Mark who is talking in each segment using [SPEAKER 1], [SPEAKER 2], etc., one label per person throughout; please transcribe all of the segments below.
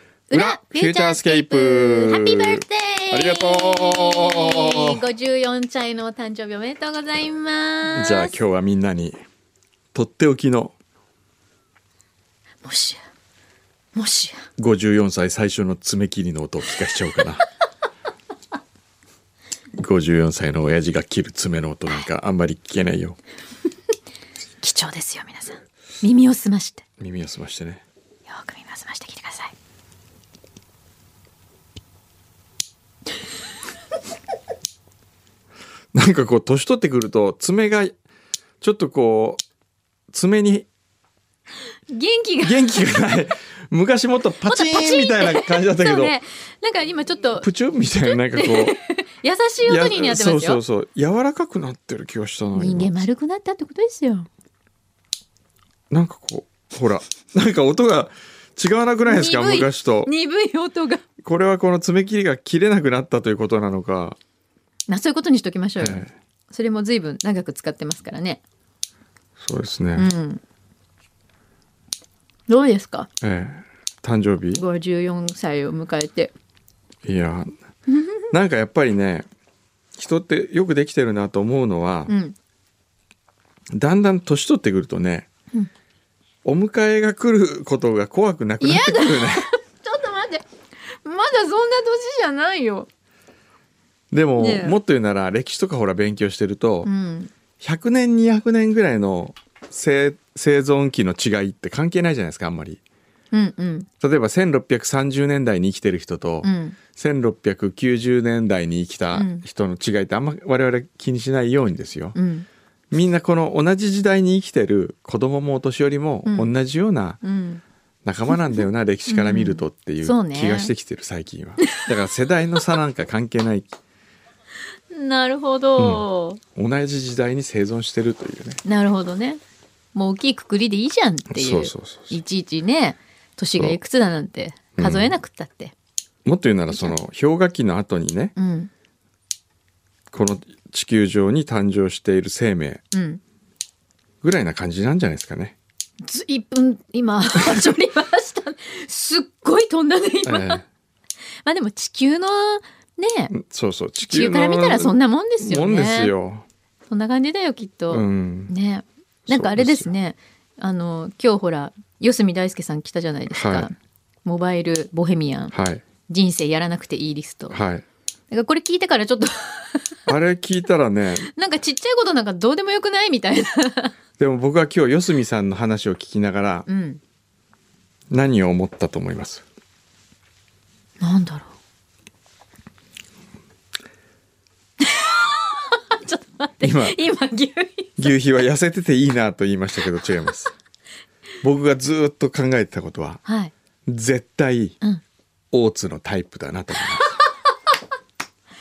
[SPEAKER 1] ューチャースケープ
[SPEAKER 2] ハッピーバースデー
[SPEAKER 1] ありがとう
[SPEAKER 2] 54歳のお誕生日おめでとうございます
[SPEAKER 1] じゃあ今日はみんなにとっておきの
[SPEAKER 2] もしやもしや
[SPEAKER 1] 54歳最初の爪切りの音を聞かしちゃおうか な54歳の親父が切る爪の音なんかあんまり聞けないよ
[SPEAKER 2] 貴重ですよ皆さん耳を澄まして
[SPEAKER 1] 耳を澄ましてね
[SPEAKER 2] よく耳を澄まして聞いてください
[SPEAKER 1] なんかこう年取ってくると爪がちょっとこう爪に
[SPEAKER 2] 元気が
[SPEAKER 1] 元気がない 昔もっとパチ
[SPEAKER 2] もっとパチ
[SPEAKER 1] ー
[SPEAKER 2] ン
[SPEAKER 1] ンみたいな感じだったけ
[SPEAKER 2] そう
[SPEAKER 1] ど、
[SPEAKER 2] ねなんか今ちょっと
[SPEAKER 1] プチュンみたいななんかこ う
[SPEAKER 2] 優しい音になってます
[SPEAKER 1] そ
[SPEAKER 2] よ
[SPEAKER 1] うそうそう柔らかくなってる気がしたの
[SPEAKER 2] 人
[SPEAKER 1] 今
[SPEAKER 2] 間丸くなったってことですよ
[SPEAKER 1] なんかこうほらなんか音が違わなくないですか
[SPEAKER 2] 鈍い
[SPEAKER 1] 昔と
[SPEAKER 2] 鈍い音が
[SPEAKER 1] これはこの爪切りが切れなくなったということなのか、
[SPEAKER 2] まあそういうことにしときましょうよ、
[SPEAKER 1] ええ
[SPEAKER 2] それも随分長く使ってますからね
[SPEAKER 1] そうですね、
[SPEAKER 2] うんどうですか
[SPEAKER 1] ええ誕生日
[SPEAKER 2] 54歳を迎えて
[SPEAKER 1] い やなんかやっぱりね人ってよくできてるなと思うのは、
[SPEAKER 2] うん
[SPEAKER 1] だんだん年取ってくるとね、
[SPEAKER 2] うん
[SPEAKER 1] お迎えが来ることが怖くなくなってくるね
[SPEAKER 2] ちょっと待ってまだそんな年じゃないよ
[SPEAKER 1] でも、
[SPEAKER 2] ねえ
[SPEAKER 1] もっと言うなら歴史とかほら勉強してると、
[SPEAKER 2] うん
[SPEAKER 1] 100年200年ぐらいの生生存期の違いって関係ないじゃないですかあんまり。
[SPEAKER 2] うんうん
[SPEAKER 1] 例えば1630年代に生きてる人と、
[SPEAKER 2] うん
[SPEAKER 1] 1690年代に生きた
[SPEAKER 2] うん
[SPEAKER 1] 人の違いってあんま我々気にしないようにですよ。
[SPEAKER 2] うん
[SPEAKER 1] みんなこの同じ時代に生きてる子供もお年寄りも
[SPEAKER 2] うん
[SPEAKER 1] 同じような
[SPEAKER 2] うん
[SPEAKER 1] 仲間なんだよな、 歴史から見るとってい
[SPEAKER 2] そう
[SPEAKER 1] う
[SPEAKER 2] ね
[SPEAKER 1] 気がしてきてる最近は。だから世代の差なんか関係ない
[SPEAKER 2] なるほど、
[SPEAKER 1] 同じ時代に生存してるというね。
[SPEAKER 2] なるほどねもう大きいくくりでいいじゃんっていう
[SPEAKER 1] そうそうそうそう
[SPEAKER 2] いちいちね年がいくつだなんて
[SPEAKER 1] そう
[SPEAKER 2] 数えなくったって
[SPEAKER 1] もっと言うならその氷河期の後にね
[SPEAKER 2] うん
[SPEAKER 1] この地球上に誕生している生命
[SPEAKER 2] うん
[SPEAKER 1] ぐらいな感じなんじゃないですか ね。
[SPEAKER 2] ずいぶん今 処理ましたすっごい飛んだね今、
[SPEAKER 1] え
[SPEAKER 2] まあでも地球のね
[SPEAKER 1] えそうそう地
[SPEAKER 2] 地
[SPEAKER 1] 球
[SPEAKER 2] 球
[SPEAKER 1] の
[SPEAKER 2] から見たらそんなもんですよね
[SPEAKER 1] もんですよ。
[SPEAKER 2] そんな感じだよきっと、
[SPEAKER 1] うん。
[SPEAKER 2] ねなんかあれですねあの今日ほら四隅大輔さん来たじゃないですか、
[SPEAKER 1] はい
[SPEAKER 2] モバイルボヘミアン
[SPEAKER 1] はい
[SPEAKER 2] 人生やらなくていいリストだか
[SPEAKER 1] はい。
[SPEAKER 2] らこれ聞いてからちょっと
[SPEAKER 1] あれ聞いたら ね
[SPEAKER 2] なんかちっちゃいことなんかどうでもよくないみたいな
[SPEAKER 1] でも僕は今日四隅さんの話を聞きながら
[SPEAKER 2] うん
[SPEAKER 1] 何を思ったと思います
[SPEAKER 2] なんだろう ちょっと待って
[SPEAKER 1] 今
[SPEAKER 2] 今牛
[SPEAKER 1] 牛皮は痩せてていいなと言いましたけど違い ます僕がずーっと考えてたことは
[SPEAKER 2] はい
[SPEAKER 1] 絶対
[SPEAKER 2] うん
[SPEAKER 1] 大津のタイプだなと思いま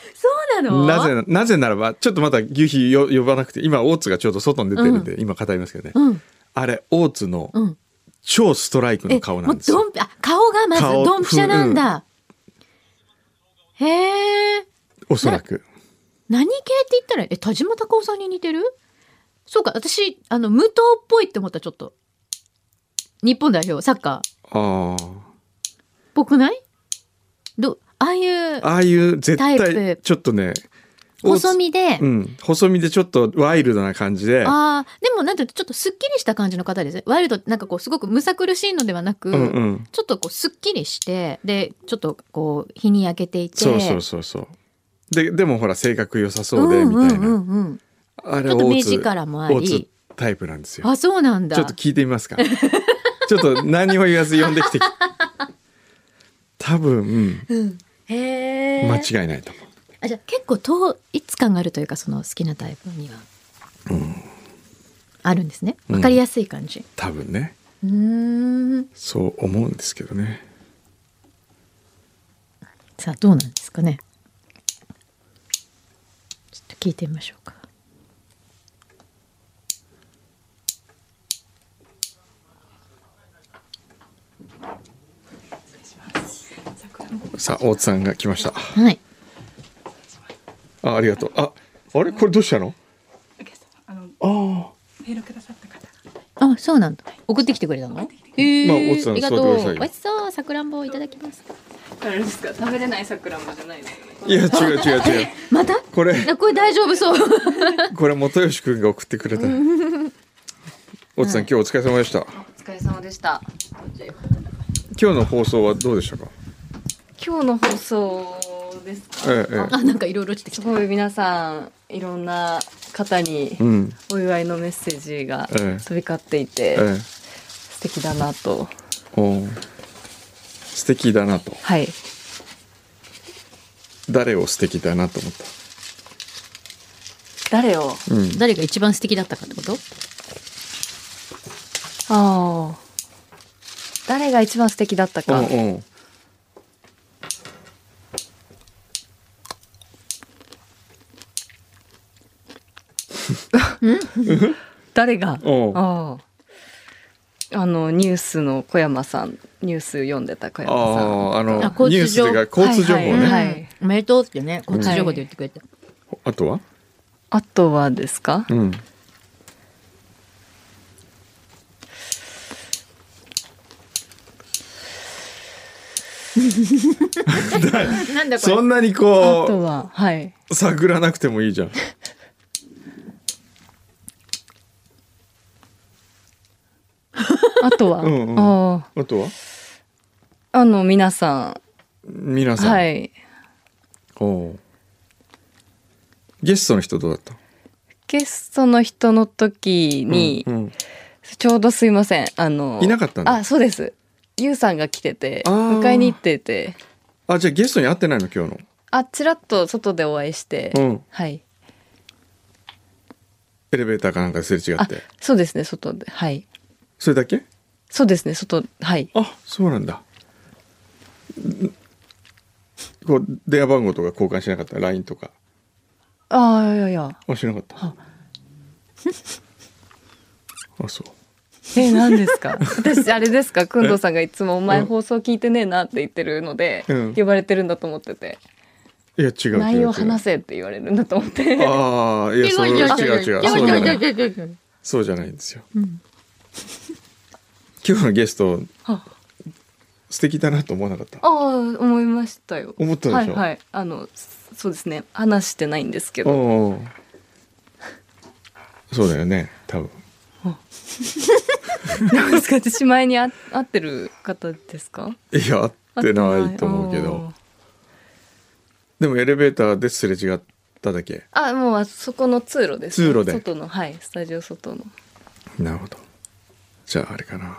[SPEAKER 1] す
[SPEAKER 2] そうなの
[SPEAKER 1] なぜななぜならばちょっとまた牛皮よ呼ばなくて今大津がちょうど外に出てるんで、今語りますけどね、
[SPEAKER 2] うん
[SPEAKER 1] あれ大津の
[SPEAKER 2] うん
[SPEAKER 1] 超ストライクの顔なんです
[SPEAKER 2] えも
[SPEAKER 1] よ
[SPEAKER 2] うドンピあ顔がまず
[SPEAKER 1] 顔
[SPEAKER 2] ドンピシャなんだ、へえ
[SPEAKER 1] おそらく
[SPEAKER 2] 何系って言ったらえ田島孝夫さんに似てるそうか私あの無党っぽいって思ったちょっと日本代表サッカーっ
[SPEAKER 1] あ
[SPEAKER 2] ぽくないどああいう
[SPEAKER 1] あああいう絶
[SPEAKER 2] タイ
[SPEAKER 1] 対
[SPEAKER 2] プ
[SPEAKER 1] ちょっとね大津
[SPEAKER 2] 細身で、
[SPEAKER 1] うん、細身でちょっとワイルドな感じで
[SPEAKER 2] ああでもなんていうのちょっとすっきりした感じの方ですねワイルドってなんかこうすごくむさ苦しいのではなく、
[SPEAKER 1] うんうん
[SPEAKER 2] ちょっとこうすっきりしてでちょっとこう日に焼けていて
[SPEAKER 1] そうそうそうそうででもほら性格良さそうで
[SPEAKER 2] ん
[SPEAKER 1] みたいな、
[SPEAKER 2] うんうんうん
[SPEAKER 1] あれ
[SPEAKER 2] ちょっと
[SPEAKER 1] 大
[SPEAKER 2] 目
[SPEAKER 1] 津
[SPEAKER 2] 力もあ
[SPEAKER 1] 大津
[SPEAKER 2] り
[SPEAKER 1] タイプなんですよ
[SPEAKER 2] あそうなんだ
[SPEAKER 1] ちょっと聞いてみますか ちょっと何も言わず呼んできて多分、
[SPEAKER 2] うん、へ
[SPEAKER 1] う
[SPEAKER 2] え
[SPEAKER 1] ん、間違いないと思う
[SPEAKER 2] あじゃあ結構統一感があるというかその好きなタイプには、あるんですね
[SPEAKER 1] うん
[SPEAKER 2] わかりやすい感じ
[SPEAKER 1] 多分ね
[SPEAKER 2] うーん
[SPEAKER 1] そう思うんですけどね
[SPEAKER 2] さあどうなんですかねちょっと聞いてみましょうか
[SPEAKER 1] さあ大津さんが来ました
[SPEAKER 2] はい
[SPEAKER 1] あありがとうああれこれどうしたの
[SPEAKER 3] あの
[SPEAKER 1] あ
[SPEAKER 3] メールくださった方が
[SPEAKER 2] あそうなんだ送ってきてくれたのへえ
[SPEAKER 1] まあ大津さん
[SPEAKER 2] ありがと
[SPEAKER 1] 座ってくださいうよ
[SPEAKER 2] ごちそうさくらんぼをいただきます
[SPEAKER 3] あれですか食べれない桜もじゃないですよね
[SPEAKER 1] いや違う違う違う
[SPEAKER 2] また
[SPEAKER 1] これ
[SPEAKER 2] なこれ大丈夫そう
[SPEAKER 1] これ元吉くんが送ってくれたおつさん今日お疲れ様でした
[SPEAKER 4] お疲れ様でした。
[SPEAKER 1] 今日の放送はどうでしたか
[SPEAKER 4] 今日の放送ですか。
[SPEAKER 1] えええ
[SPEAKER 2] あなんかいろいろ落ちてき
[SPEAKER 4] す
[SPEAKER 2] た
[SPEAKER 4] ごい皆さんいろんな方に
[SPEAKER 1] えうん
[SPEAKER 4] お祝いのメッセージが
[SPEAKER 1] ええ
[SPEAKER 4] 飛び交っていて、
[SPEAKER 1] ええ
[SPEAKER 4] 素敵だなと。
[SPEAKER 1] おう素敵だなと
[SPEAKER 4] はい。
[SPEAKER 1] 誰を素敵だなと思っ
[SPEAKER 4] 誰を。
[SPEAKER 1] たうん
[SPEAKER 2] 誰が一番素敵だったかってこと
[SPEAKER 4] ああ。誰が一番素敵だったか。
[SPEAKER 1] うんうん
[SPEAKER 4] 誰が。
[SPEAKER 1] おう
[SPEAKER 4] ああ。あのニュースの小山さん、ニュース読んでた小
[SPEAKER 1] あ
[SPEAKER 4] 山さん。
[SPEAKER 1] ああの
[SPEAKER 2] あ交
[SPEAKER 1] ニュー
[SPEAKER 2] 通
[SPEAKER 1] ス
[SPEAKER 2] 情
[SPEAKER 1] でが交通情報ね、
[SPEAKER 4] はいはい
[SPEAKER 2] うんおめでとうってね交通情報で言ってくれて、
[SPEAKER 1] あとは
[SPEAKER 4] あとはですか。
[SPEAKER 1] うん
[SPEAKER 2] なんだこれ
[SPEAKER 1] そんなに
[SPEAKER 4] あと
[SPEAKER 1] こ
[SPEAKER 4] は、はい。
[SPEAKER 1] う探らなくてもいいじゃん
[SPEAKER 4] あとは、
[SPEAKER 1] うんうん
[SPEAKER 4] ああ
[SPEAKER 1] あとは
[SPEAKER 4] あの皆さ
[SPEAKER 1] 皆
[SPEAKER 4] ん、
[SPEAKER 1] さん、
[SPEAKER 4] はい、
[SPEAKER 1] おうゲストの人どうだった
[SPEAKER 4] ゲストの人の時に、
[SPEAKER 1] うんうん
[SPEAKER 4] ちょうどすいません、あの、
[SPEAKER 1] いなかったんだ
[SPEAKER 4] あ、そうです。ゆうさんが来てて、
[SPEAKER 1] あー
[SPEAKER 4] 迎えに行ってて、
[SPEAKER 1] あじゃあゲストに会ってないの今日
[SPEAKER 4] あ、ちらっと外でお会いして、
[SPEAKER 1] の、うん、
[SPEAKER 4] はい、
[SPEAKER 1] エレベーターかなんかですれ違っ
[SPEAKER 4] あ
[SPEAKER 1] て、
[SPEAKER 4] そうですね、外で、はい、
[SPEAKER 1] それだけ
[SPEAKER 4] そうですね、外、はい、
[SPEAKER 1] あそうなんだんこう電話番号とか交換しなかった LINE とか
[SPEAKER 4] ああ、いやいや、
[SPEAKER 1] あしなかった
[SPEAKER 4] は
[SPEAKER 1] あそう
[SPEAKER 4] え、何です か。私、あれですか、くんどうさんがいつもお前放送聞いてねえなって言ってるので、
[SPEAKER 1] うん
[SPEAKER 4] 呼ばれてるんだと思ってて、
[SPEAKER 1] いや違う違う違う
[SPEAKER 4] 内容話せって言われるんだと思って。
[SPEAKER 1] あ あいやそう違う違うそうじゃないそうじゃないんですよ
[SPEAKER 2] うん
[SPEAKER 1] 今日のゲスト
[SPEAKER 4] は
[SPEAKER 1] 素敵だなと思わなかった
[SPEAKER 4] ああ思いましたよ。
[SPEAKER 1] 思ったでしょ
[SPEAKER 4] はいはいあのそそうですね話してないんですけ
[SPEAKER 1] お
[SPEAKER 4] ど
[SPEAKER 1] うおうそうだよね多分
[SPEAKER 4] なんですか私前にあ会ってる方ですか
[SPEAKER 1] いや合ってないと思うけどでもエレベーターですれ違っただけ
[SPEAKER 4] あーあもうあそこの通路ですね、
[SPEAKER 1] 通路で
[SPEAKER 4] 外のはいスタジオ外の
[SPEAKER 1] なるほどじゃああれかな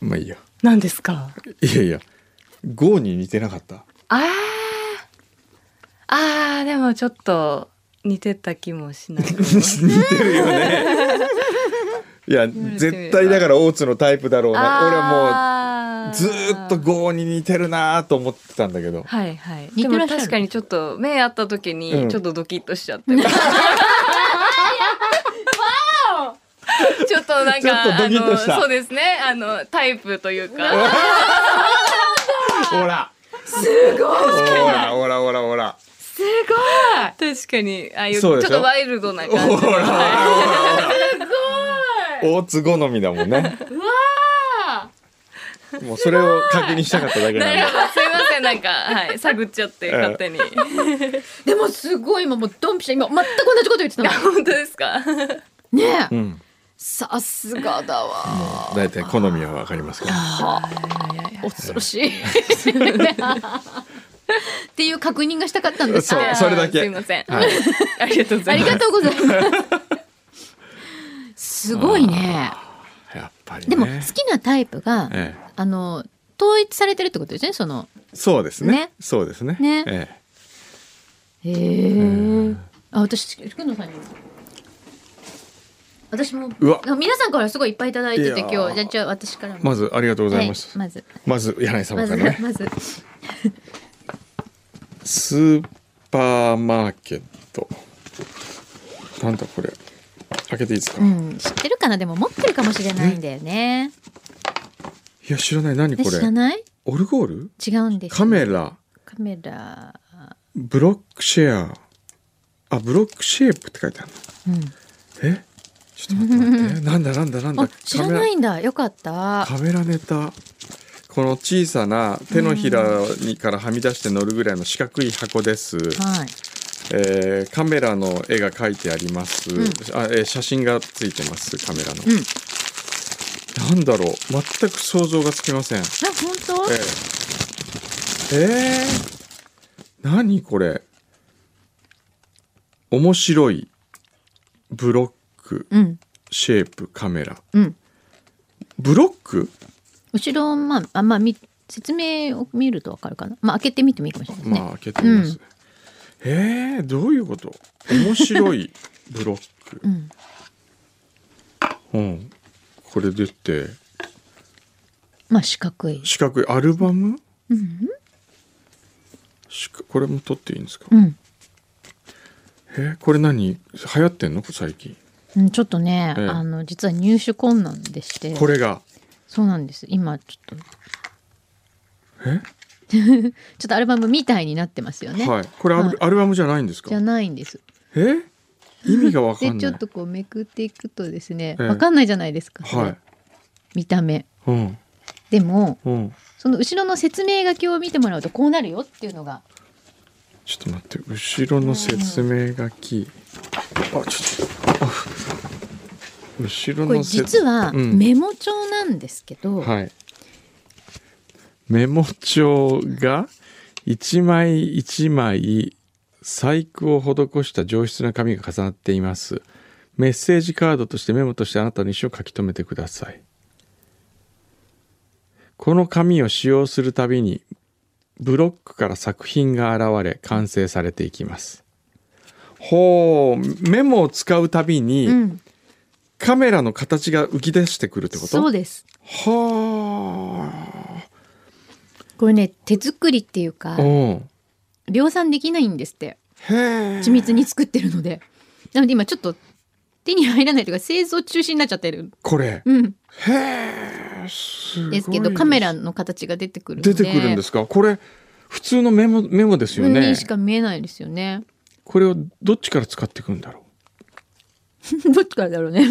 [SPEAKER 1] まあいいや
[SPEAKER 4] 何ですか
[SPEAKER 1] いやいやゴーに似てなかった
[SPEAKER 4] あーあーでもちょっと似てた気もしない
[SPEAKER 1] 似てるよねいや絶対だから大津のタイプだろうな俺はも
[SPEAKER 4] は
[SPEAKER 1] うずーっとゴーに似てるなーと思ってたんだ けど
[SPEAKER 4] はいはい
[SPEAKER 2] 似
[SPEAKER 4] で
[SPEAKER 2] てら
[SPEAKER 4] も
[SPEAKER 2] っしゃる
[SPEAKER 4] 確かにちょっと目合った時
[SPEAKER 1] う
[SPEAKER 4] に
[SPEAKER 1] ん
[SPEAKER 4] ちょっとドキッとしちゃ って、ちょっとなんか
[SPEAKER 1] ちょっとドキッとした
[SPEAKER 4] あのそうですねあのタイプというか
[SPEAKER 1] ほらすごいほらほらほらほら
[SPEAKER 4] 確かにああいうち
[SPEAKER 1] そう
[SPEAKER 4] ょっ
[SPEAKER 1] でしょ
[SPEAKER 4] とワイルドな
[SPEAKER 1] ほら
[SPEAKER 4] 感じ
[SPEAKER 1] ほらほらすごい大津好みだもんねもうそれを確認したかっただけな
[SPEAKER 4] なんる
[SPEAKER 1] で
[SPEAKER 4] ほどすいませんなんかはい探っちゃって
[SPEAKER 1] ええ
[SPEAKER 4] 勝手に
[SPEAKER 2] でもすごい今もうドンピシャ今全く同じこと言ってたの
[SPEAKER 4] 本当です か
[SPEAKER 2] ねえ
[SPEAKER 1] うん
[SPEAKER 2] さすがだわ
[SPEAKER 1] 大体好みはわかりますから
[SPEAKER 2] 恐ろ しいっていう確認がしたかったんです
[SPEAKER 1] そう
[SPEAKER 2] あー
[SPEAKER 1] それだけ
[SPEAKER 4] すいません、
[SPEAKER 1] はい
[SPEAKER 4] ありがとうござ
[SPEAKER 2] あ
[SPEAKER 4] い
[SPEAKER 2] り
[SPEAKER 4] ます
[SPEAKER 2] がとうござい ますすごいね
[SPEAKER 1] やっぱりね
[SPEAKER 2] でも好きなタイプが、
[SPEAKER 1] ええ
[SPEAKER 2] あの統一されてるってことですねその
[SPEAKER 1] そうですね
[SPEAKER 2] ね
[SPEAKER 1] そうですね
[SPEAKER 2] ね
[SPEAKER 1] ええ
[SPEAKER 2] へえあ私福野さんにも私も
[SPEAKER 1] うわ
[SPEAKER 2] 皆さんからすごいいっぱいいただいてて
[SPEAKER 1] いやー
[SPEAKER 2] 今日じゃあじゃあ私からも
[SPEAKER 1] まずありがとうございます、
[SPEAKER 2] はいまず
[SPEAKER 1] まず柳井様
[SPEAKER 2] ま
[SPEAKER 1] から
[SPEAKER 2] ず
[SPEAKER 1] ね
[SPEAKER 2] まず
[SPEAKER 1] スーパーマーケットなんだこれ開けていいですか、
[SPEAKER 2] う
[SPEAKER 1] い
[SPEAKER 2] ん知ってるかなでも持ってるかもしれないんだよね
[SPEAKER 1] や知らない何
[SPEAKER 2] え
[SPEAKER 1] こ
[SPEAKER 2] 知ら
[SPEAKER 1] れ
[SPEAKER 2] ない
[SPEAKER 1] オルゴール
[SPEAKER 2] 違うんです
[SPEAKER 1] カメラ
[SPEAKER 2] カメラ
[SPEAKER 1] ブロックシェアあブロックシェイプって書いてある
[SPEAKER 2] う
[SPEAKER 1] の
[SPEAKER 2] ん
[SPEAKER 1] えちょっと待って待ってなんだなんだなんだ
[SPEAKER 2] あ知らないんだよかった
[SPEAKER 1] カメラカメラネタこの小さな手のひらにからはみ出して乗るぐらいの四角い箱です、
[SPEAKER 2] はい。
[SPEAKER 1] えーカメラの絵が描いてあります、
[SPEAKER 2] ん
[SPEAKER 1] あえー写真がついてますカメラの、
[SPEAKER 2] うん。
[SPEAKER 1] なんだろう全く想像がつきません
[SPEAKER 2] あ、本当。
[SPEAKER 1] えええー何これ面白いブロック
[SPEAKER 2] うん。
[SPEAKER 1] シェイプカメラ
[SPEAKER 2] うん。
[SPEAKER 1] ブロック
[SPEAKER 2] 後ろ、まあ、あ、まあ、み、説明を見るとわかるかな。まあ、開けてみてもいいかもしれないですね。
[SPEAKER 1] まあ開けてみますね、えーどういうこと面白いブロック
[SPEAKER 2] うん。
[SPEAKER 1] うんこれ出て
[SPEAKER 2] まあ、四角い。
[SPEAKER 1] 四角いアルバム
[SPEAKER 2] うん。
[SPEAKER 1] しかこれも撮っていいんですか、
[SPEAKER 2] うん。
[SPEAKER 1] えーこれ何流行ってんの最近
[SPEAKER 2] うん、ちょっとね、
[SPEAKER 1] ええ
[SPEAKER 2] あの実は入手困難でして
[SPEAKER 1] これが
[SPEAKER 2] そうなんです今ちょっと
[SPEAKER 1] え
[SPEAKER 2] ちょっとアルバムみたいになってますよね、
[SPEAKER 1] はいこれアル,、
[SPEAKER 2] はい
[SPEAKER 1] アルバムじゃないんですか
[SPEAKER 2] じゃないんです
[SPEAKER 1] え意味がわか
[SPEAKER 2] で
[SPEAKER 1] んない
[SPEAKER 2] ちょっとこうめくっていくとですね、
[SPEAKER 1] ええ
[SPEAKER 2] わかんないじゃないですか、
[SPEAKER 1] はい
[SPEAKER 2] 見た目
[SPEAKER 1] うん
[SPEAKER 2] でも
[SPEAKER 1] うん
[SPEAKER 2] その後ろの説明書きを見てもらうとこうなるよっていうのが
[SPEAKER 1] ちょっと待って後ろの説明書き、あちょっとあ後ろ
[SPEAKER 2] これ
[SPEAKER 1] の
[SPEAKER 2] 実は
[SPEAKER 1] うん
[SPEAKER 2] メモ帳なんですけど、
[SPEAKER 1] はいメモ帳が一枚一枚細工を施した上質な紙が重なっていますメッセージカードとしてメモとしてあなたの意思を書き留めてくださいこの紙を使用するたびにブロックから作品が現れ完成されていきますほうメモを使うたびに、
[SPEAKER 2] うん、
[SPEAKER 1] カメラの形が浮き出してくるってこと
[SPEAKER 2] そうです
[SPEAKER 1] は
[SPEAKER 2] これね手作りっていうか
[SPEAKER 1] あ。うん。
[SPEAKER 2] 量産できないんですって
[SPEAKER 1] へえ。
[SPEAKER 2] 緻密に作ってるのでなので今ちょっと手に入らないというか製造中止になっちゃってる
[SPEAKER 1] これ。
[SPEAKER 2] うん
[SPEAKER 1] へえ。すごい
[SPEAKER 2] ですけどカメラの形が出てくるので
[SPEAKER 1] 出てくるんですか。これ普通のメモメモですよね
[SPEAKER 2] にし。か見えないですよね
[SPEAKER 1] これをどっちから使っていくんだろ
[SPEAKER 2] どっちからだろうね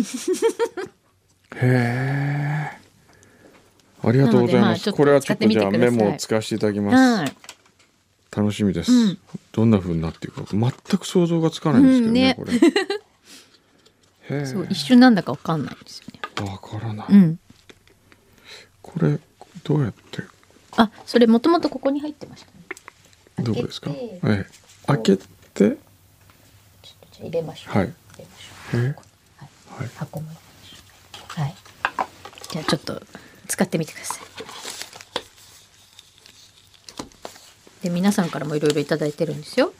[SPEAKER 1] う。へえ。ありがとうござい
[SPEAKER 2] なのでま
[SPEAKER 1] ま
[SPEAKER 2] あち
[SPEAKER 1] す。
[SPEAKER 2] ょっと
[SPEAKER 1] これはちょっとじゃ
[SPEAKER 2] 使
[SPEAKER 1] あ
[SPEAKER 2] ってみ
[SPEAKER 1] メ
[SPEAKER 2] てください
[SPEAKER 1] モを使わせていただきます。
[SPEAKER 2] はい
[SPEAKER 1] 楽しみです。
[SPEAKER 2] うん
[SPEAKER 1] どんな風になっていくか全く想像がつかないんですけどね。
[SPEAKER 2] う
[SPEAKER 1] これ。へ
[SPEAKER 2] そう
[SPEAKER 1] え
[SPEAKER 2] 一。瞬なんだかわかんないんですよね
[SPEAKER 1] わからない。
[SPEAKER 2] うん
[SPEAKER 1] これどうやって
[SPEAKER 2] あそれもともとここに入ってましたね
[SPEAKER 1] どうですか。
[SPEAKER 2] 開けて
[SPEAKER 1] ええ。開けて。
[SPEAKER 2] ちょっとじゃあ入れましょう
[SPEAKER 1] はい。
[SPEAKER 2] 入れましょう
[SPEAKER 1] えはい
[SPEAKER 2] 箱も入れましょうはいじゃあちょっと使ってみてくださいで皆さんからもいろいろいただいてるんですよ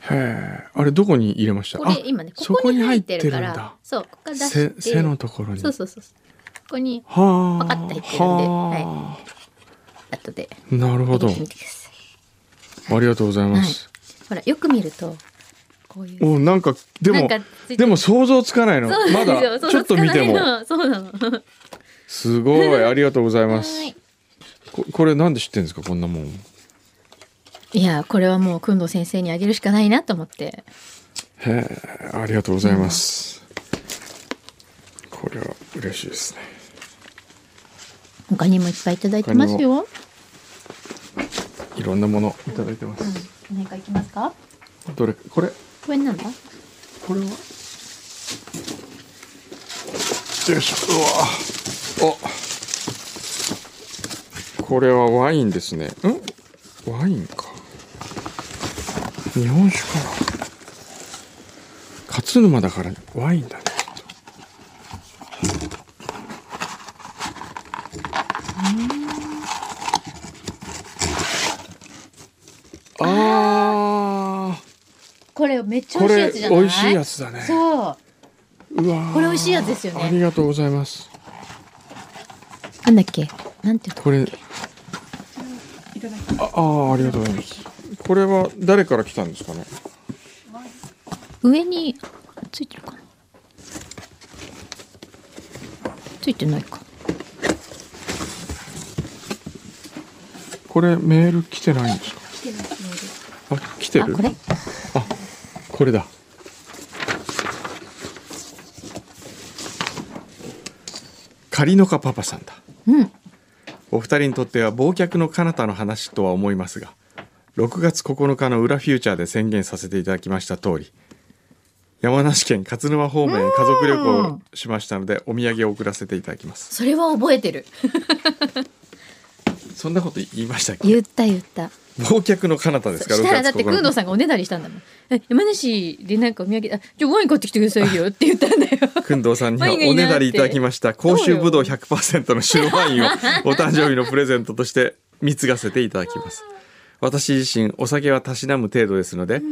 [SPEAKER 1] へえ、あれどこに入れました。
[SPEAKER 2] こ
[SPEAKER 1] あ
[SPEAKER 2] れ今ねここに入ってるから
[SPEAKER 1] そこに入っ
[SPEAKER 2] そう
[SPEAKER 1] てるんだ。
[SPEAKER 2] ここから出して
[SPEAKER 1] 背背のところに。
[SPEAKER 2] そうそうそうそうここに
[SPEAKER 1] はあ。
[SPEAKER 2] パカッと入ってるんで
[SPEAKER 1] は
[SPEAKER 2] 後で
[SPEAKER 1] あ。なるほ
[SPEAKER 2] 入れ
[SPEAKER 1] ど。
[SPEAKER 2] てみてください
[SPEAKER 1] ありがとうございます。
[SPEAKER 2] ほらよく見るとこういう
[SPEAKER 1] お、なんかで
[SPEAKER 2] な
[SPEAKER 1] も
[SPEAKER 2] んかついてる
[SPEAKER 1] でも想像つかないの。
[SPEAKER 2] そうな
[SPEAKER 1] ま
[SPEAKER 2] んですよ
[SPEAKER 1] だ
[SPEAKER 2] そう
[SPEAKER 1] ちょっと見て
[SPEAKER 2] つか
[SPEAKER 1] も
[SPEAKER 2] ないのそうなのは
[SPEAKER 1] すごいありがとうございます。
[SPEAKER 2] ーい
[SPEAKER 1] ここれなんで知ってんですかこんなもん。
[SPEAKER 2] いやこれはもうくんど先生にあげるしかないなと思って
[SPEAKER 1] へえ、ありがとうございます。これは嬉しいですね。
[SPEAKER 2] 他にもいっぱいいただいてますよ
[SPEAKER 1] いろんなものいただいてます。
[SPEAKER 2] 何かいきますか
[SPEAKER 1] どれこれ
[SPEAKER 2] これなんだ
[SPEAKER 1] これはよいしょうわおこれはワインですねんワインか日本酒かな勝沼だからワインだねあー
[SPEAKER 2] これめっちゃ
[SPEAKER 1] こ
[SPEAKER 2] 美味し
[SPEAKER 1] れ
[SPEAKER 2] いやつじゃない
[SPEAKER 1] 美味しいやつだね
[SPEAKER 2] そう
[SPEAKER 1] うわー
[SPEAKER 2] これ美味しいやつですよね
[SPEAKER 1] ありがとうございます
[SPEAKER 2] なんだっけなんていうの
[SPEAKER 1] これああーありがとうございますこれは誰から来たんですかね
[SPEAKER 2] 上についてるかなついてないか
[SPEAKER 1] これメール来てないんですかあ来て
[SPEAKER 2] あ
[SPEAKER 1] る
[SPEAKER 2] これ
[SPEAKER 1] あこれだカリノカパパさんだ
[SPEAKER 2] うん
[SPEAKER 1] お二人にとっては忘却の彼方の話とは思いますが6月9日の裏フューチャーで宣言させていただきました通り山梨県勝沼方面へ家族旅行をしましたのでお土産を送らせていただきます
[SPEAKER 2] それは覚えてる
[SPEAKER 1] そんなこと言いましたっけ
[SPEAKER 4] 言った言った
[SPEAKER 1] 忘却の彼方ですか
[SPEAKER 2] したらだって
[SPEAKER 1] 6
[SPEAKER 2] 工藤
[SPEAKER 1] 月9
[SPEAKER 2] さんがおねだりしたんだもんえ山梨でなんかお土産あじゃあワイン買ってきてくださいよって言った んだよ
[SPEAKER 1] 日工藤さんには
[SPEAKER 2] ワインがいいな
[SPEAKER 1] おねだりいただきました
[SPEAKER 2] うよ
[SPEAKER 1] 甲州ぶどう100%の白ワ インをお誕生日のプレゼントとして貢がせていただきます私自身お酒はたしなむ程度ですので、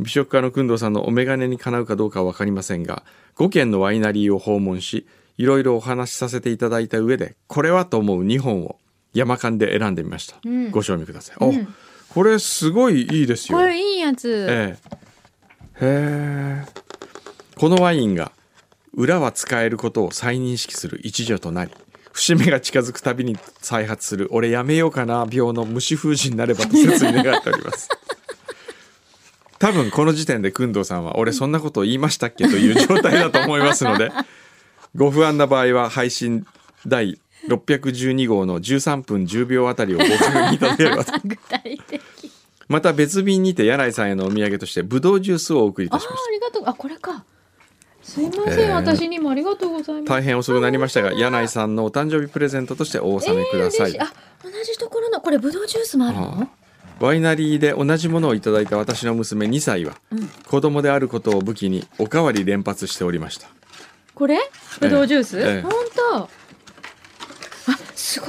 [SPEAKER 1] 美食家の工藤さんのお眼鏡にかなうかどうかは分かりませんが5軒のワイナリーを訪問しいろいろお話しさせていただいた上でこれはと思う2本を山間で選んでみました、
[SPEAKER 2] うん
[SPEAKER 1] ご賞味ください、
[SPEAKER 2] うん
[SPEAKER 1] おこれすごいいいですよ
[SPEAKER 2] これいいやつ、
[SPEAKER 1] ええ、へえこのワインが裏は使えることを再認識する一助となり節目が近づくたびに再発する俺やめようかな病の虫封じになればと切に願っており ます多分この時点で工藤さんは俺そんなことを言いましたっけという状態だと思いますのでご不安な場合は配信第612号の13分10秒あたりをご確認いただければと
[SPEAKER 2] 具体的
[SPEAKER 1] また別便にて柳井さんへのお土産としてブドウジュースをお送りい
[SPEAKER 2] あ
[SPEAKER 1] た
[SPEAKER 2] あ
[SPEAKER 1] しまし
[SPEAKER 2] ありがとうあこれかすいません、
[SPEAKER 1] えー
[SPEAKER 2] 私にもありがとうござい
[SPEAKER 1] た
[SPEAKER 2] ます
[SPEAKER 1] 大変遅くなりましたが柳井さんのお誕生日プレゼントとしてお納めください,、
[SPEAKER 2] えー嬉しあ同じところのこれブドウジュースもあるの、
[SPEAKER 1] ああワイナリーで同じものをいただいた私の娘2歳は、子供であることを武器におかわり連発しておりました
[SPEAKER 2] これブドウジュース、
[SPEAKER 1] ええええ
[SPEAKER 2] ほんとあすごい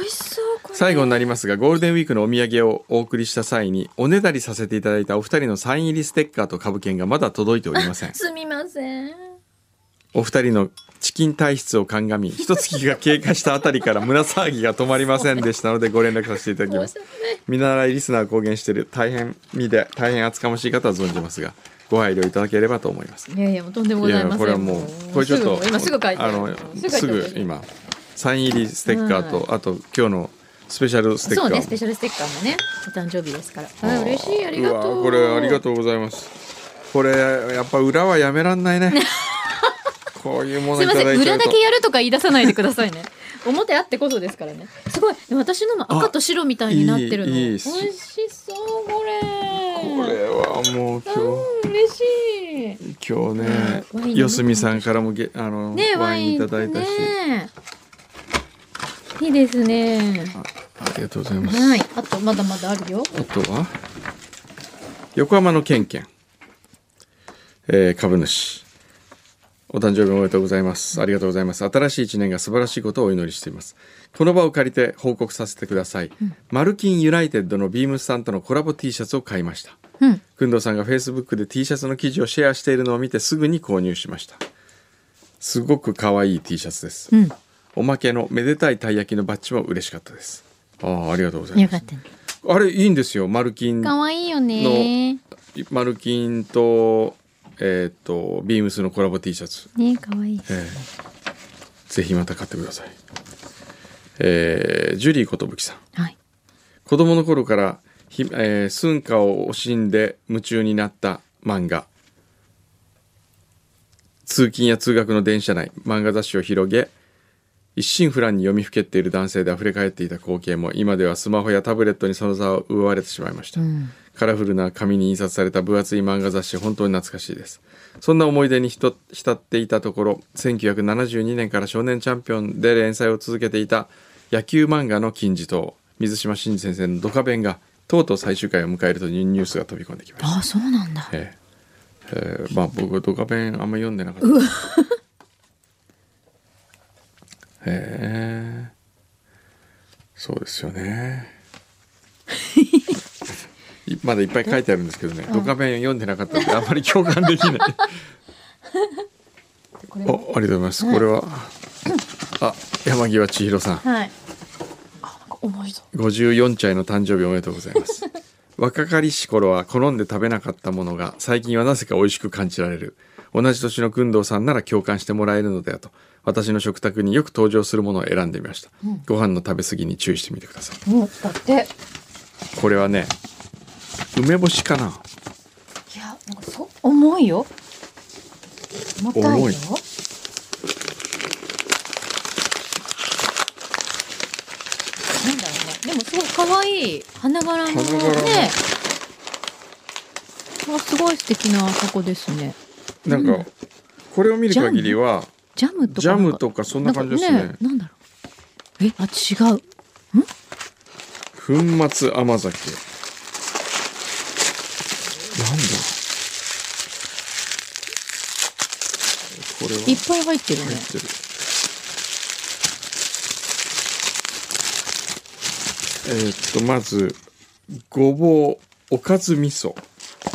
[SPEAKER 2] 美味しそうこれ
[SPEAKER 1] 最後になりますがゴールデンウィークのお土産をお送りした際におねだりさせていただいたお二人のサイン入りステッカーと株券がまだ届いておりま せん
[SPEAKER 2] すみません
[SPEAKER 1] お二人のチキン体質を鑑み一月が経過したあたりから胸騒ぎが止まりませんでしたのでご連絡させていただきます
[SPEAKER 2] 申し訳ない
[SPEAKER 1] 見習いリスナーを公言している大変身で大変厚かましい方は存じますがご配慮いただければと思います
[SPEAKER 2] いやいやもうとんでもご
[SPEAKER 1] い
[SPEAKER 2] ざい
[SPEAKER 1] や
[SPEAKER 2] ません
[SPEAKER 1] これはもうこれちょっと
[SPEAKER 2] すぐ今すぐ書いて
[SPEAKER 1] あのす
[SPEAKER 2] 書いて
[SPEAKER 1] ぐ今サイン入りステッカーとあと今日のスペシャルステッカ
[SPEAKER 2] そう
[SPEAKER 1] ー
[SPEAKER 2] ね
[SPEAKER 1] も
[SPEAKER 2] スペシャルステッカーもねお誕生日ですからあ嬉しいありが
[SPEAKER 1] う
[SPEAKER 2] と
[SPEAKER 1] わ
[SPEAKER 2] う
[SPEAKER 1] これありがとうございますこれやっぱ裏はやめらんない ねこういうもの
[SPEAKER 2] すい
[SPEAKER 1] い
[SPEAKER 2] ま
[SPEAKER 1] ただ
[SPEAKER 2] せん
[SPEAKER 1] いちゃ
[SPEAKER 2] 裏
[SPEAKER 1] う
[SPEAKER 2] だ
[SPEAKER 1] と
[SPEAKER 2] けやるとか言い出さないでくださ いね表あってこそですからねすごいでも私のも赤と白みたいになってるの
[SPEAKER 1] あいいいい
[SPEAKER 2] 美
[SPEAKER 1] っ
[SPEAKER 2] 味
[SPEAKER 1] す
[SPEAKER 2] しそうこれ
[SPEAKER 1] これはもう今
[SPEAKER 2] うん嬉しい
[SPEAKER 1] 日今日
[SPEAKER 2] ワイン飲
[SPEAKER 1] ね
[SPEAKER 2] み
[SPEAKER 1] 四隅さんからもげあの、
[SPEAKER 2] ね
[SPEAKER 1] ワ
[SPEAKER 2] ワ
[SPEAKER 1] イン
[SPEAKER 2] イ
[SPEAKER 1] い
[SPEAKER 2] ン
[SPEAKER 1] ただいたし、
[SPEAKER 2] ねいいですね
[SPEAKER 1] あありがとうございます、
[SPEAKER 2] はいあとまだまだあるよ
[SPEAKER 1] あとは横浜のケンケン、えー株主お誕生日おめでとうございますありがとうございます新しい一年が素晴らしいことをお祈りしていますこの場を借りて報告させてください、マルキンユナイテッドのビームスさんとのコラボ T シャツを買いました
[SPEAKER 2] うん
[SPEAKER 1] くんどうさんが Facebook で T シャツの記事をシェアしているのを見てすぐに購入しましたすごく可愛い T シャツです、
[SPEAKER 2] うん
[SPEAKER 1] おまけのめでたいたい焼きのバッジも嬉しかったですああありがとうございます
[SPEAKER 2] よかったね
[SPEAKER 1] あれいいんですよマルキン
[SPEAKER 2] 可愛いよね
[SPEAKER 1] マルキンとえーっ、とビームスのコラボ T シャツ、
[SPEAKER 2] ね可愛い
[SPEAKER 1] えーぜひまた買ってくださいえージュリー寿さん
[SPEAKER 2] はい
[SPEAKER 1] 子供の頃からひ、えー、寸歌を惜しんで夢中になった漫画通勤や通学の電車内漫画雑誌を広げ一心不乱に読みふけっている男性で溢れ返っていた光景も今ではスマホやタブレットにその差を奪われてしまいました、カラフルな紙に印刷された分厚い漫画雑誌本当に懐かしいですそんな思い出にひと浸っていたところ1972年から「少年チャンピオン」で連載を続けていた野球漫画の金字塔水島新司先生のドカ弁がとうとう最終回を迎えるというニュースが飛び込んできました
[SPEAKER 2] あそうなんだ
[SPEAKER 1] ええええまあ僕ドカベンあんま読んでなかったへえそうですよねい まだいっぱい書いてあるんですけどね、ドカベン読んでなかったんであんまり共感できない
[SPEAKER 2] これ
[SPEAKER 1] おありがとうございますこれは、あ山際千尋さん
[SPEAKER 2] はいあなんか重いぞ
[SPEAKER 1] 54歳の誕生日おめでとうございます 若かりし頃は好んで食べなかったものが最近はなぜか美味しく感じられる同じ年の工藤さんなら共感してもらえるのではと私の食卓によく登場するものを選んでみました、ご飯の食べ過ぎに注意してみてください
[SPEAKER 2] うんだっていや
[SPEAKER 1] これはね梅干しかな
[SPEAKER 2] なんかそう重いよ重たいよ
[SPEAKER 1] 重い
[SPEAKER 2] 可愛い花柄
[SPEAKER 1] 花
[SPEAKER 2] の
[SPEAKER 1] 柄の
[SPEAKER 2] ねあすごい素敵な箱ですね
[SPEAKER 1] なんかこれを見る限りは
[SPEAKER 2] ジャムとか
[SPEAKER 1] ジャムとかそんな感じです
[SPEAKER 2] なん
[SPEAKER 1] ね
[SPEAKER 2] かなんだろうえあ違う
[SPEAKER 1] 粉末甘酒なんだこれはい
[SPEAKER 2] っぱい入ってるね
[SPEAKER 1] 入ってるえーっとまずごぼうおかず味噌ご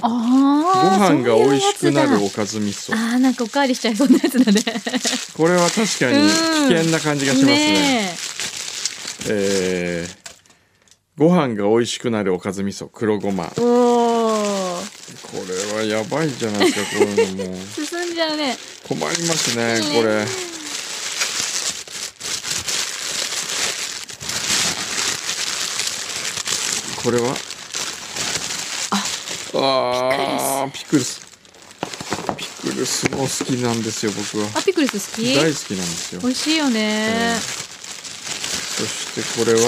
[SPEAKER 2] ああ
[SPEAKER 1] 飯が美味しくなるおかず味噌
[SPEAKER 2] あーなんかおかわりしちゃいそうなやつだね
[SPEAKER 1] これは確かに危険な感じがしますね
[SPEAKER 2] ね
[SPEAKER 1] えーご飯が美味しくなるおかず味噌黒ごまこ
[SPEAKER 2] えおお
[SPEAKER 1] れはやばいじゃないですかこういうのもう
[SPEAKER 2] 進んじゃうね
[SPEAKER 1] 困りますねこれこれはああーピクルスピクルスも好きなんですよ僕は
[SPEAKER 2] あピクルス好き
[SPEAKER 1] 大好きなんですよ
[SPEAKER 2] 美味しいよね
[SPEAKER 1] そしてこれは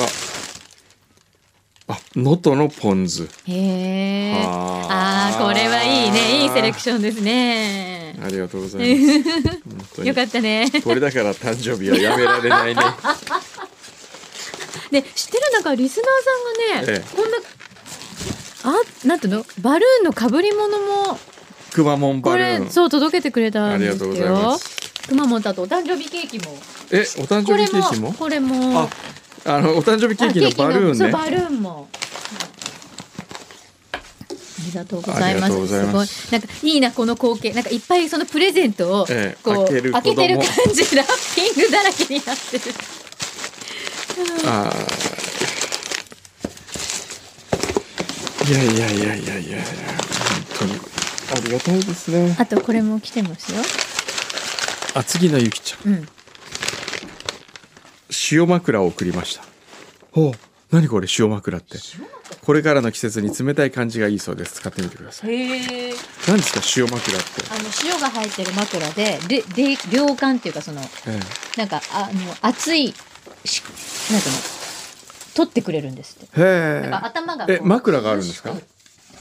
[SPEAKER 1] あ能登のポン酢
[SPEAKER 2] へえ
[SPEAKER 1] あ
[SPEAKER 2] あーこれはいいねいいセレク
[SPEAKER 1] シ
[SPEAKER 2] ションですね
[SPEAKER 1] ありがとうございます本当に
[SPEAKER 2] よかったね
[SPEAKER 1] これだから誕生日はやめられないね
[SPEAKER 2] で知ってるなんかリスナーさんがね、
[SPEAKER 1] ええ
[SPEAKER 2] こんなあなんていうのバルーンの被り物も
[SPEAKER 1] くまモン
[SPEAKER 2] こ
[SPEAKER 1] バル
[SPEAKER 2] れ
[SPEAKER 1] ーン
[SPEAKER 2] そう届けてくれた
[SPEAKER 1] あ
[SPEAKER 2] ん
[SPEAKER 1] り
[SPEAKER 2] で
[SPEAKER 1] が
[SPEAKER 2] す
[SPEAKER 1] とう
[SPEAKER 2] よ
[SPEAKER 1] ございます
[SPEAKER 2] くまモンとあとお誕生日ケーキも
[SPEAKER 1] えお誕
[SPEAKER 2] こ
[SPEAKER 1] 生
[SPEAKER 2] れ
[SPEAKER 1] 日ケーキ
[SPEAKER 2] も
[SPEAKER 1] も
[SPEAKER 2] これも
[SPEAKER 1] ああのお誕生日ケーキ
[SPEAKER 2] あ
[SPEAKER 1] のバルーン
[SPEAKER 2] そう
[SPEAKER 1] ね
[SPEAKER 2] バルーンもありがとうござい
[SPEAKER 1] あ
[SPEAKER 2] ま
[SPEAKER 1] りが
[SPEAKER 2] す
[SPEAKER 1] とうございます
[SPEAKER 2] ごいなんかいいなこの光景なんかいっぱいそのプレゼントをこう、
[SPEAKER 1] ええ開ける子供
[SPEAKER 2] 開けてる感じラッピングだらけになってる
[SPEAKER 1] あーいやいやいやいやいやいや本当にありがたいですね
[SPEAKER 2] あとこれも来てますよ
[SPEAKER 1] あ次のゆきちゃん
[SPEAKER 2] うん
[SPEAKER 1] 塩枕を送りましたお何これ塩枕ってこれからの季節に冷たい感じがいいそうです使ってみてください
[SPEAKER 4] へえ
[SPEAKER 1] 何ですか塩枕って、
[SPEAKER 2] あの塩が入ってる枕ででで涼感っていうかその
[SPEAKER 1] え
[SPEAKER 2] なんかあの熱いしなんていうの取ってくれるんですって
[SPEAKER 1] えへえ
[SPEAKER 2] なんか頭がこう
[SPEAKER 1] え枕があるんですか
[SPEAKER 2] あ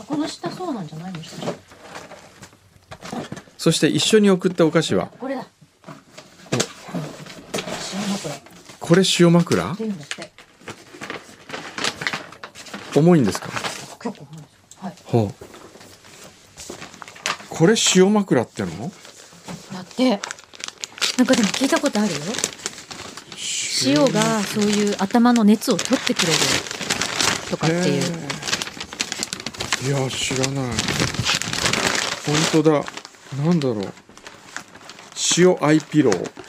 [SPEAKER 2] この下そうなんじゃないの下
[SPEAKER 1] そして一緒に送ったお菓子は
[SPEAKER 2] これだ塩枕っ
[SPEAKER 1] これ塩枕
[SPEAKER 2] ていうんだって
[SPEAKER 1] 重いんですか
[SPEAKER 2] 結構重いですよはい
[SPEAKER 1] ほうこれ塩枕っての
[SPEAKER 2] だってなんかでも聞いたことあるよ塩がそういう頭の熱を取ってくれるとかっていう
[SPEAKER 1] へえいや知らない本当だなんだろう塩アイピロー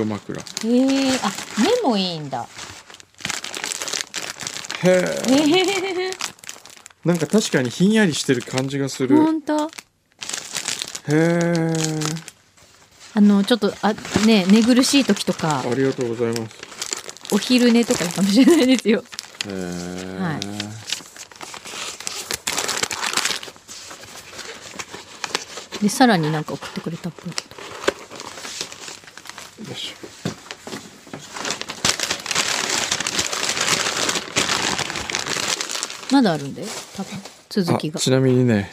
[SPEAKER 1] 塩枕へ
[SPEAKER 2] へえあ目もいいんだ
[SPEAKER 1] え
[SPEAKER 2] へえ
[SPEAKER 1] なんか確かにひんやりしてる感じがする。へ
[SPEAKER 2] 本当
[SPEAKER 1] え。
[SPEAKER 2] あのちょっとあね寝苦しい時とか
[SPEAKER 1] ありがとうございます。
[SPEAKER 2] お昼寝とかいいかもしれないですよ。
[SPEAKER 1] へえ。
[SPEAKER 2] はいでさらになんか送ってくれたっぽいけど。
[SPEAKER 1] よいしょ
[SPEAKER 2] まだあるんだよ。多分続き
[SPEAKER 1] あ
[SPEAKER 2] が。
[SPEAKER 1] ちなみにね。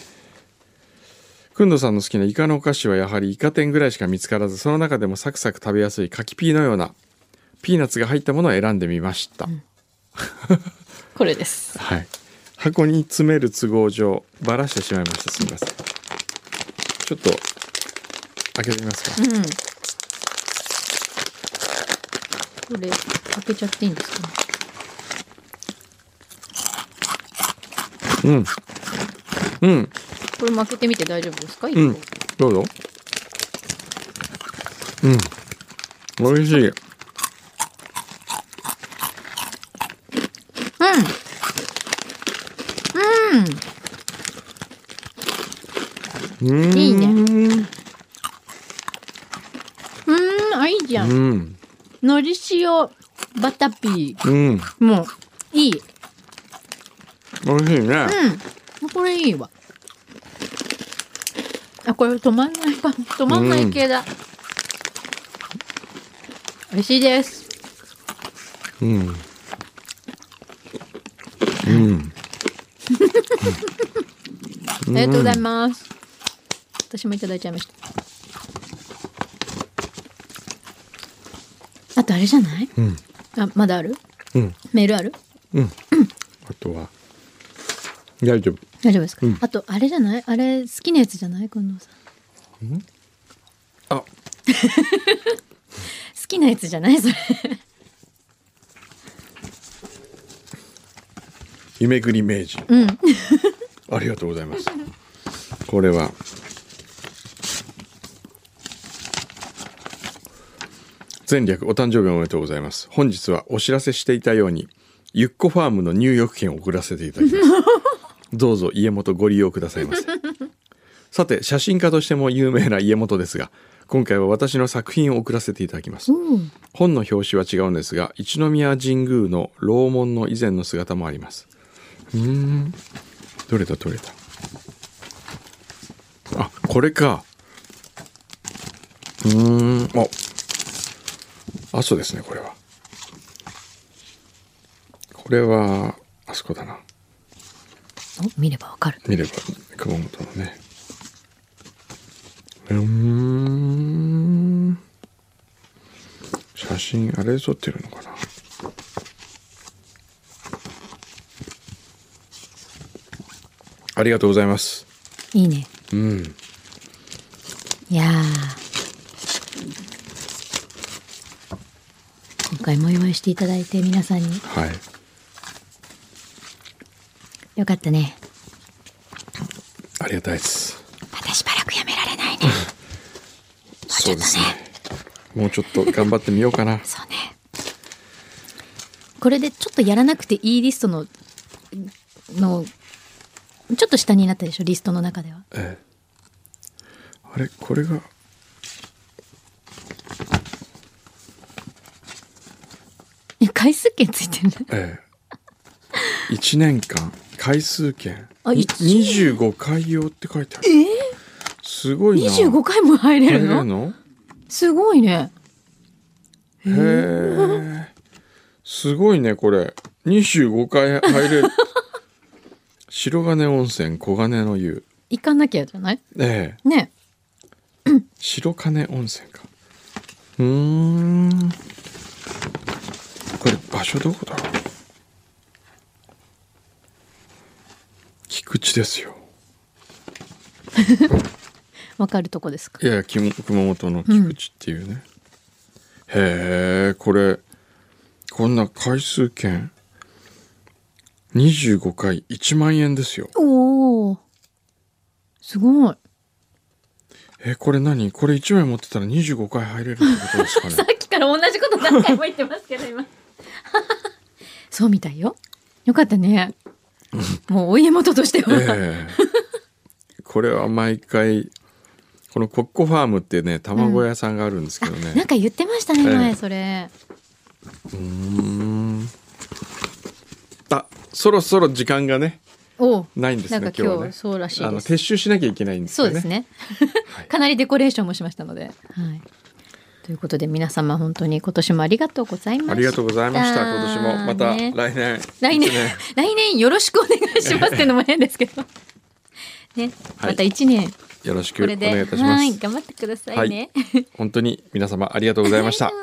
[SPEAKER 1] くんどさんの好きなイカのお菓子はやはりイカ天ぐらいしか見つからずその中でもサクサク食べやすい柿ピーのようなピーナッツが入ったものを選んでみました、
[SPEAKER 2] これです。
[SPEAKER 1] はい箱に詰める都合上ばらしてしまいましたすみませんちょっと開けてみますか
[SPEAKER 2] うん。これ開けちゃっていいんですかね。
[SPEAKER 1] うんうん
[SPEAKER 2] これも開けてみて大丈夫ですか？一個
[SPEAKER 1] うん、どうぞ。うん、美味しい。うん。うん。
[SPEAKER 2] いいね
[SPEAKER 1] ね。
[SPEAKER 2] うん。うーんあいいじゃ。
[SPEAKER 1] うんん。
[SPEAKER 2] のり塩バタピ
[SPEAKER 1] うん。
[SPEAKER 2] ーもういい。
[SPEAKER 1] 美味しいね。
[SPEAKER 2] うん。これいいわ。あ、これ止まんないか。止まんない系だ。美味しいです。
[SPEAKER 1] 음.うん。 음.うん。
[SPEAKER 2] ありがとうございます。私もいただいちゃいました。あとあれじゃない？
[SPEAKER 1] うん。
[SPEAKER 2] あ、まだある？
[SPEAKER 1] うん。
[SPEAKER 2] メールある？
[SPEAKER 1] うん。あとは。大丈夫。
[SPEAKER 2] 大丈夫ですか？
[SPEAKER 1] うん
[SPEAKER 2] あとあれじゃない？あれ好きなやつじゃない？近藤さん。
[SPEAKER 1] あ。
[SPEAKER 2] 好きなやつじゃないそれ。
[SPEAKER 1] 夢ぐり名人。
[SPEAKER 2] うん。
[SPEAKER 1] ありがとうございます。これは。前略お誕生日おめでとうございます。本日はお知らせしていたように、ゆっこファームの入浴券を送らせていただきます。 どうぞ家元ご利用くださいませ。さて、写真家としても有名な家元ですが、今回は私の作品を送らせていただきます。
[SPEAKER 2] うん。
[SPEAKER 1] 本の表紙は違うんですが一宮神宮の楼門の以前の姿もありますうーんどれだどれだあこれかうーんああそうですねこれはこれはあそこだな
[SPEAKER 2] お見ればわかる。
[SPEAKER 1] 見れば熊本のねうーん写真あれで撮ってるのかなありがとうございます
[SPEAKER 2] いいね。
[SPEAKER 1] うん
[SPEAKER 2] いやー。今回もお祝いしていただいて皆さんに
[SPEAKER 1] はい
[SPEAKER 2] よかったね。
[SPEAKER 1] ありがたいです
[SPEAKER 2] またしばらくやめられないね。
[SPEAKER 1] そうですねもうちょっと頑張ってみようかな
[SPEAKER 2] そうね。これでちょっとやらなくていいリストの、の、ちょっと下になったでしょ、リストの中では。
[SPEAKER 1] ええあれこれが
[SPEAKER 2] え回数券ついてる。
[SPEAKER 1] ええ、1年間回数券
[SPEAKER 2] あ
[SPEAKER 1] に
[SPEAKER 2] 一年
[SPEAKER 1] 25回用って書いてあるすごいな
[SPEAKER 2] 25回も入れ
[SPEAKER 1] 入
[SPEAKER 2] る
[SPEAKER 1] れ
[SPEAKER 2] の
[SPEAKER 1] るの
[SPEAKER 2] すごいね。
[SPEAKER 1] へえすごいねこれ25回入 れる白金温泉黄金の湯
[SPEAKER 2] 行かなきゃじゃない
[SPEAKER 1] ええ
[SPEAKER 2] ね。
[SPEAKER 1] 白金温泉かうーんこれ場所どこだろう菊池ですよ
[SPEAKER 2] わかるとこですか
[SPEAKER 1] い。やいやきも熊本の菊池っていうね、へえこれこんな回数券25回1万円ですよ
[SPEAKER 2] おお。すごい。
[SPEAKER 1] えこれ何これ1枚持ってたら25回入れるってことです か
[SPEAKER 2] さ
[SPEAKER 1] ね
[SPEAKER 2] っきから同じこと何回も言ってますけど、今。 そうみたいよ。よかったね。もうお家元としては。
[SPEAKER 1] ええこれは毎回このコッコファームってね卵屋さんがあるんですけ
[SPEAKER 2] あ
[SPEAKER 1] ど
[SPEAKER 2] なん
[SPEAKER 1] ね、
[SPEAKER 2] か言ってましたね、
[SPEAKER 1] ええ
[SPEAKER 2] 前それ。
[SPEAKER 1] うーんあそろそろ時間がね
[SPEAKER 2] おう
[SPEAKER 1] ないんですね
[SPEAKER 2] なんか
[SPEAKER 1] 今日
[SPEAKER 2] 今
[SPEAKER 1] はね
[SPEAKER 2] 日そうらしい
[SPEAKER 1] あの
[SPEAKER 2] です。
[SPEAKER 1] 撤収しなきゃいけないんです
[SPEAKER 2] そ
[SPEAKER 1] よ
[SPEAKER 2] うです ね。
[SPEAKER 1] はい
[SPEAKER 2] かなりデコレーションもしましたので。はい。ということで皆様本当に今年もありがとうございました。
[SPEAKER 1] ありがとうございました。
[SPEAKER 2] ね
[SPEAKER 1] 今年もまた来年。
[SPEAKER 2] 来年
[SPEAKER 1] 一、
[SPEAKER 2] 来年よろしくお願いしますってのも変ですけど。ね、
[SPEAKER 1] はい
[SPEAKER 2] また一年
[SPEAKER 1] よろしく
[SPEAKER 2] こ
[SPEAKER 1] お
[SPEAKER 2] れで、
[SPEAKER 1] 願いいたしま
[SPEAKER 2] はい
[SPEAKER 1] す。
[SPEAKER 2] 頑張ってくださいね。
[SPEAKER 1] 本当に皆様ありがとうございました
[SPEAKER 2] ありがとう。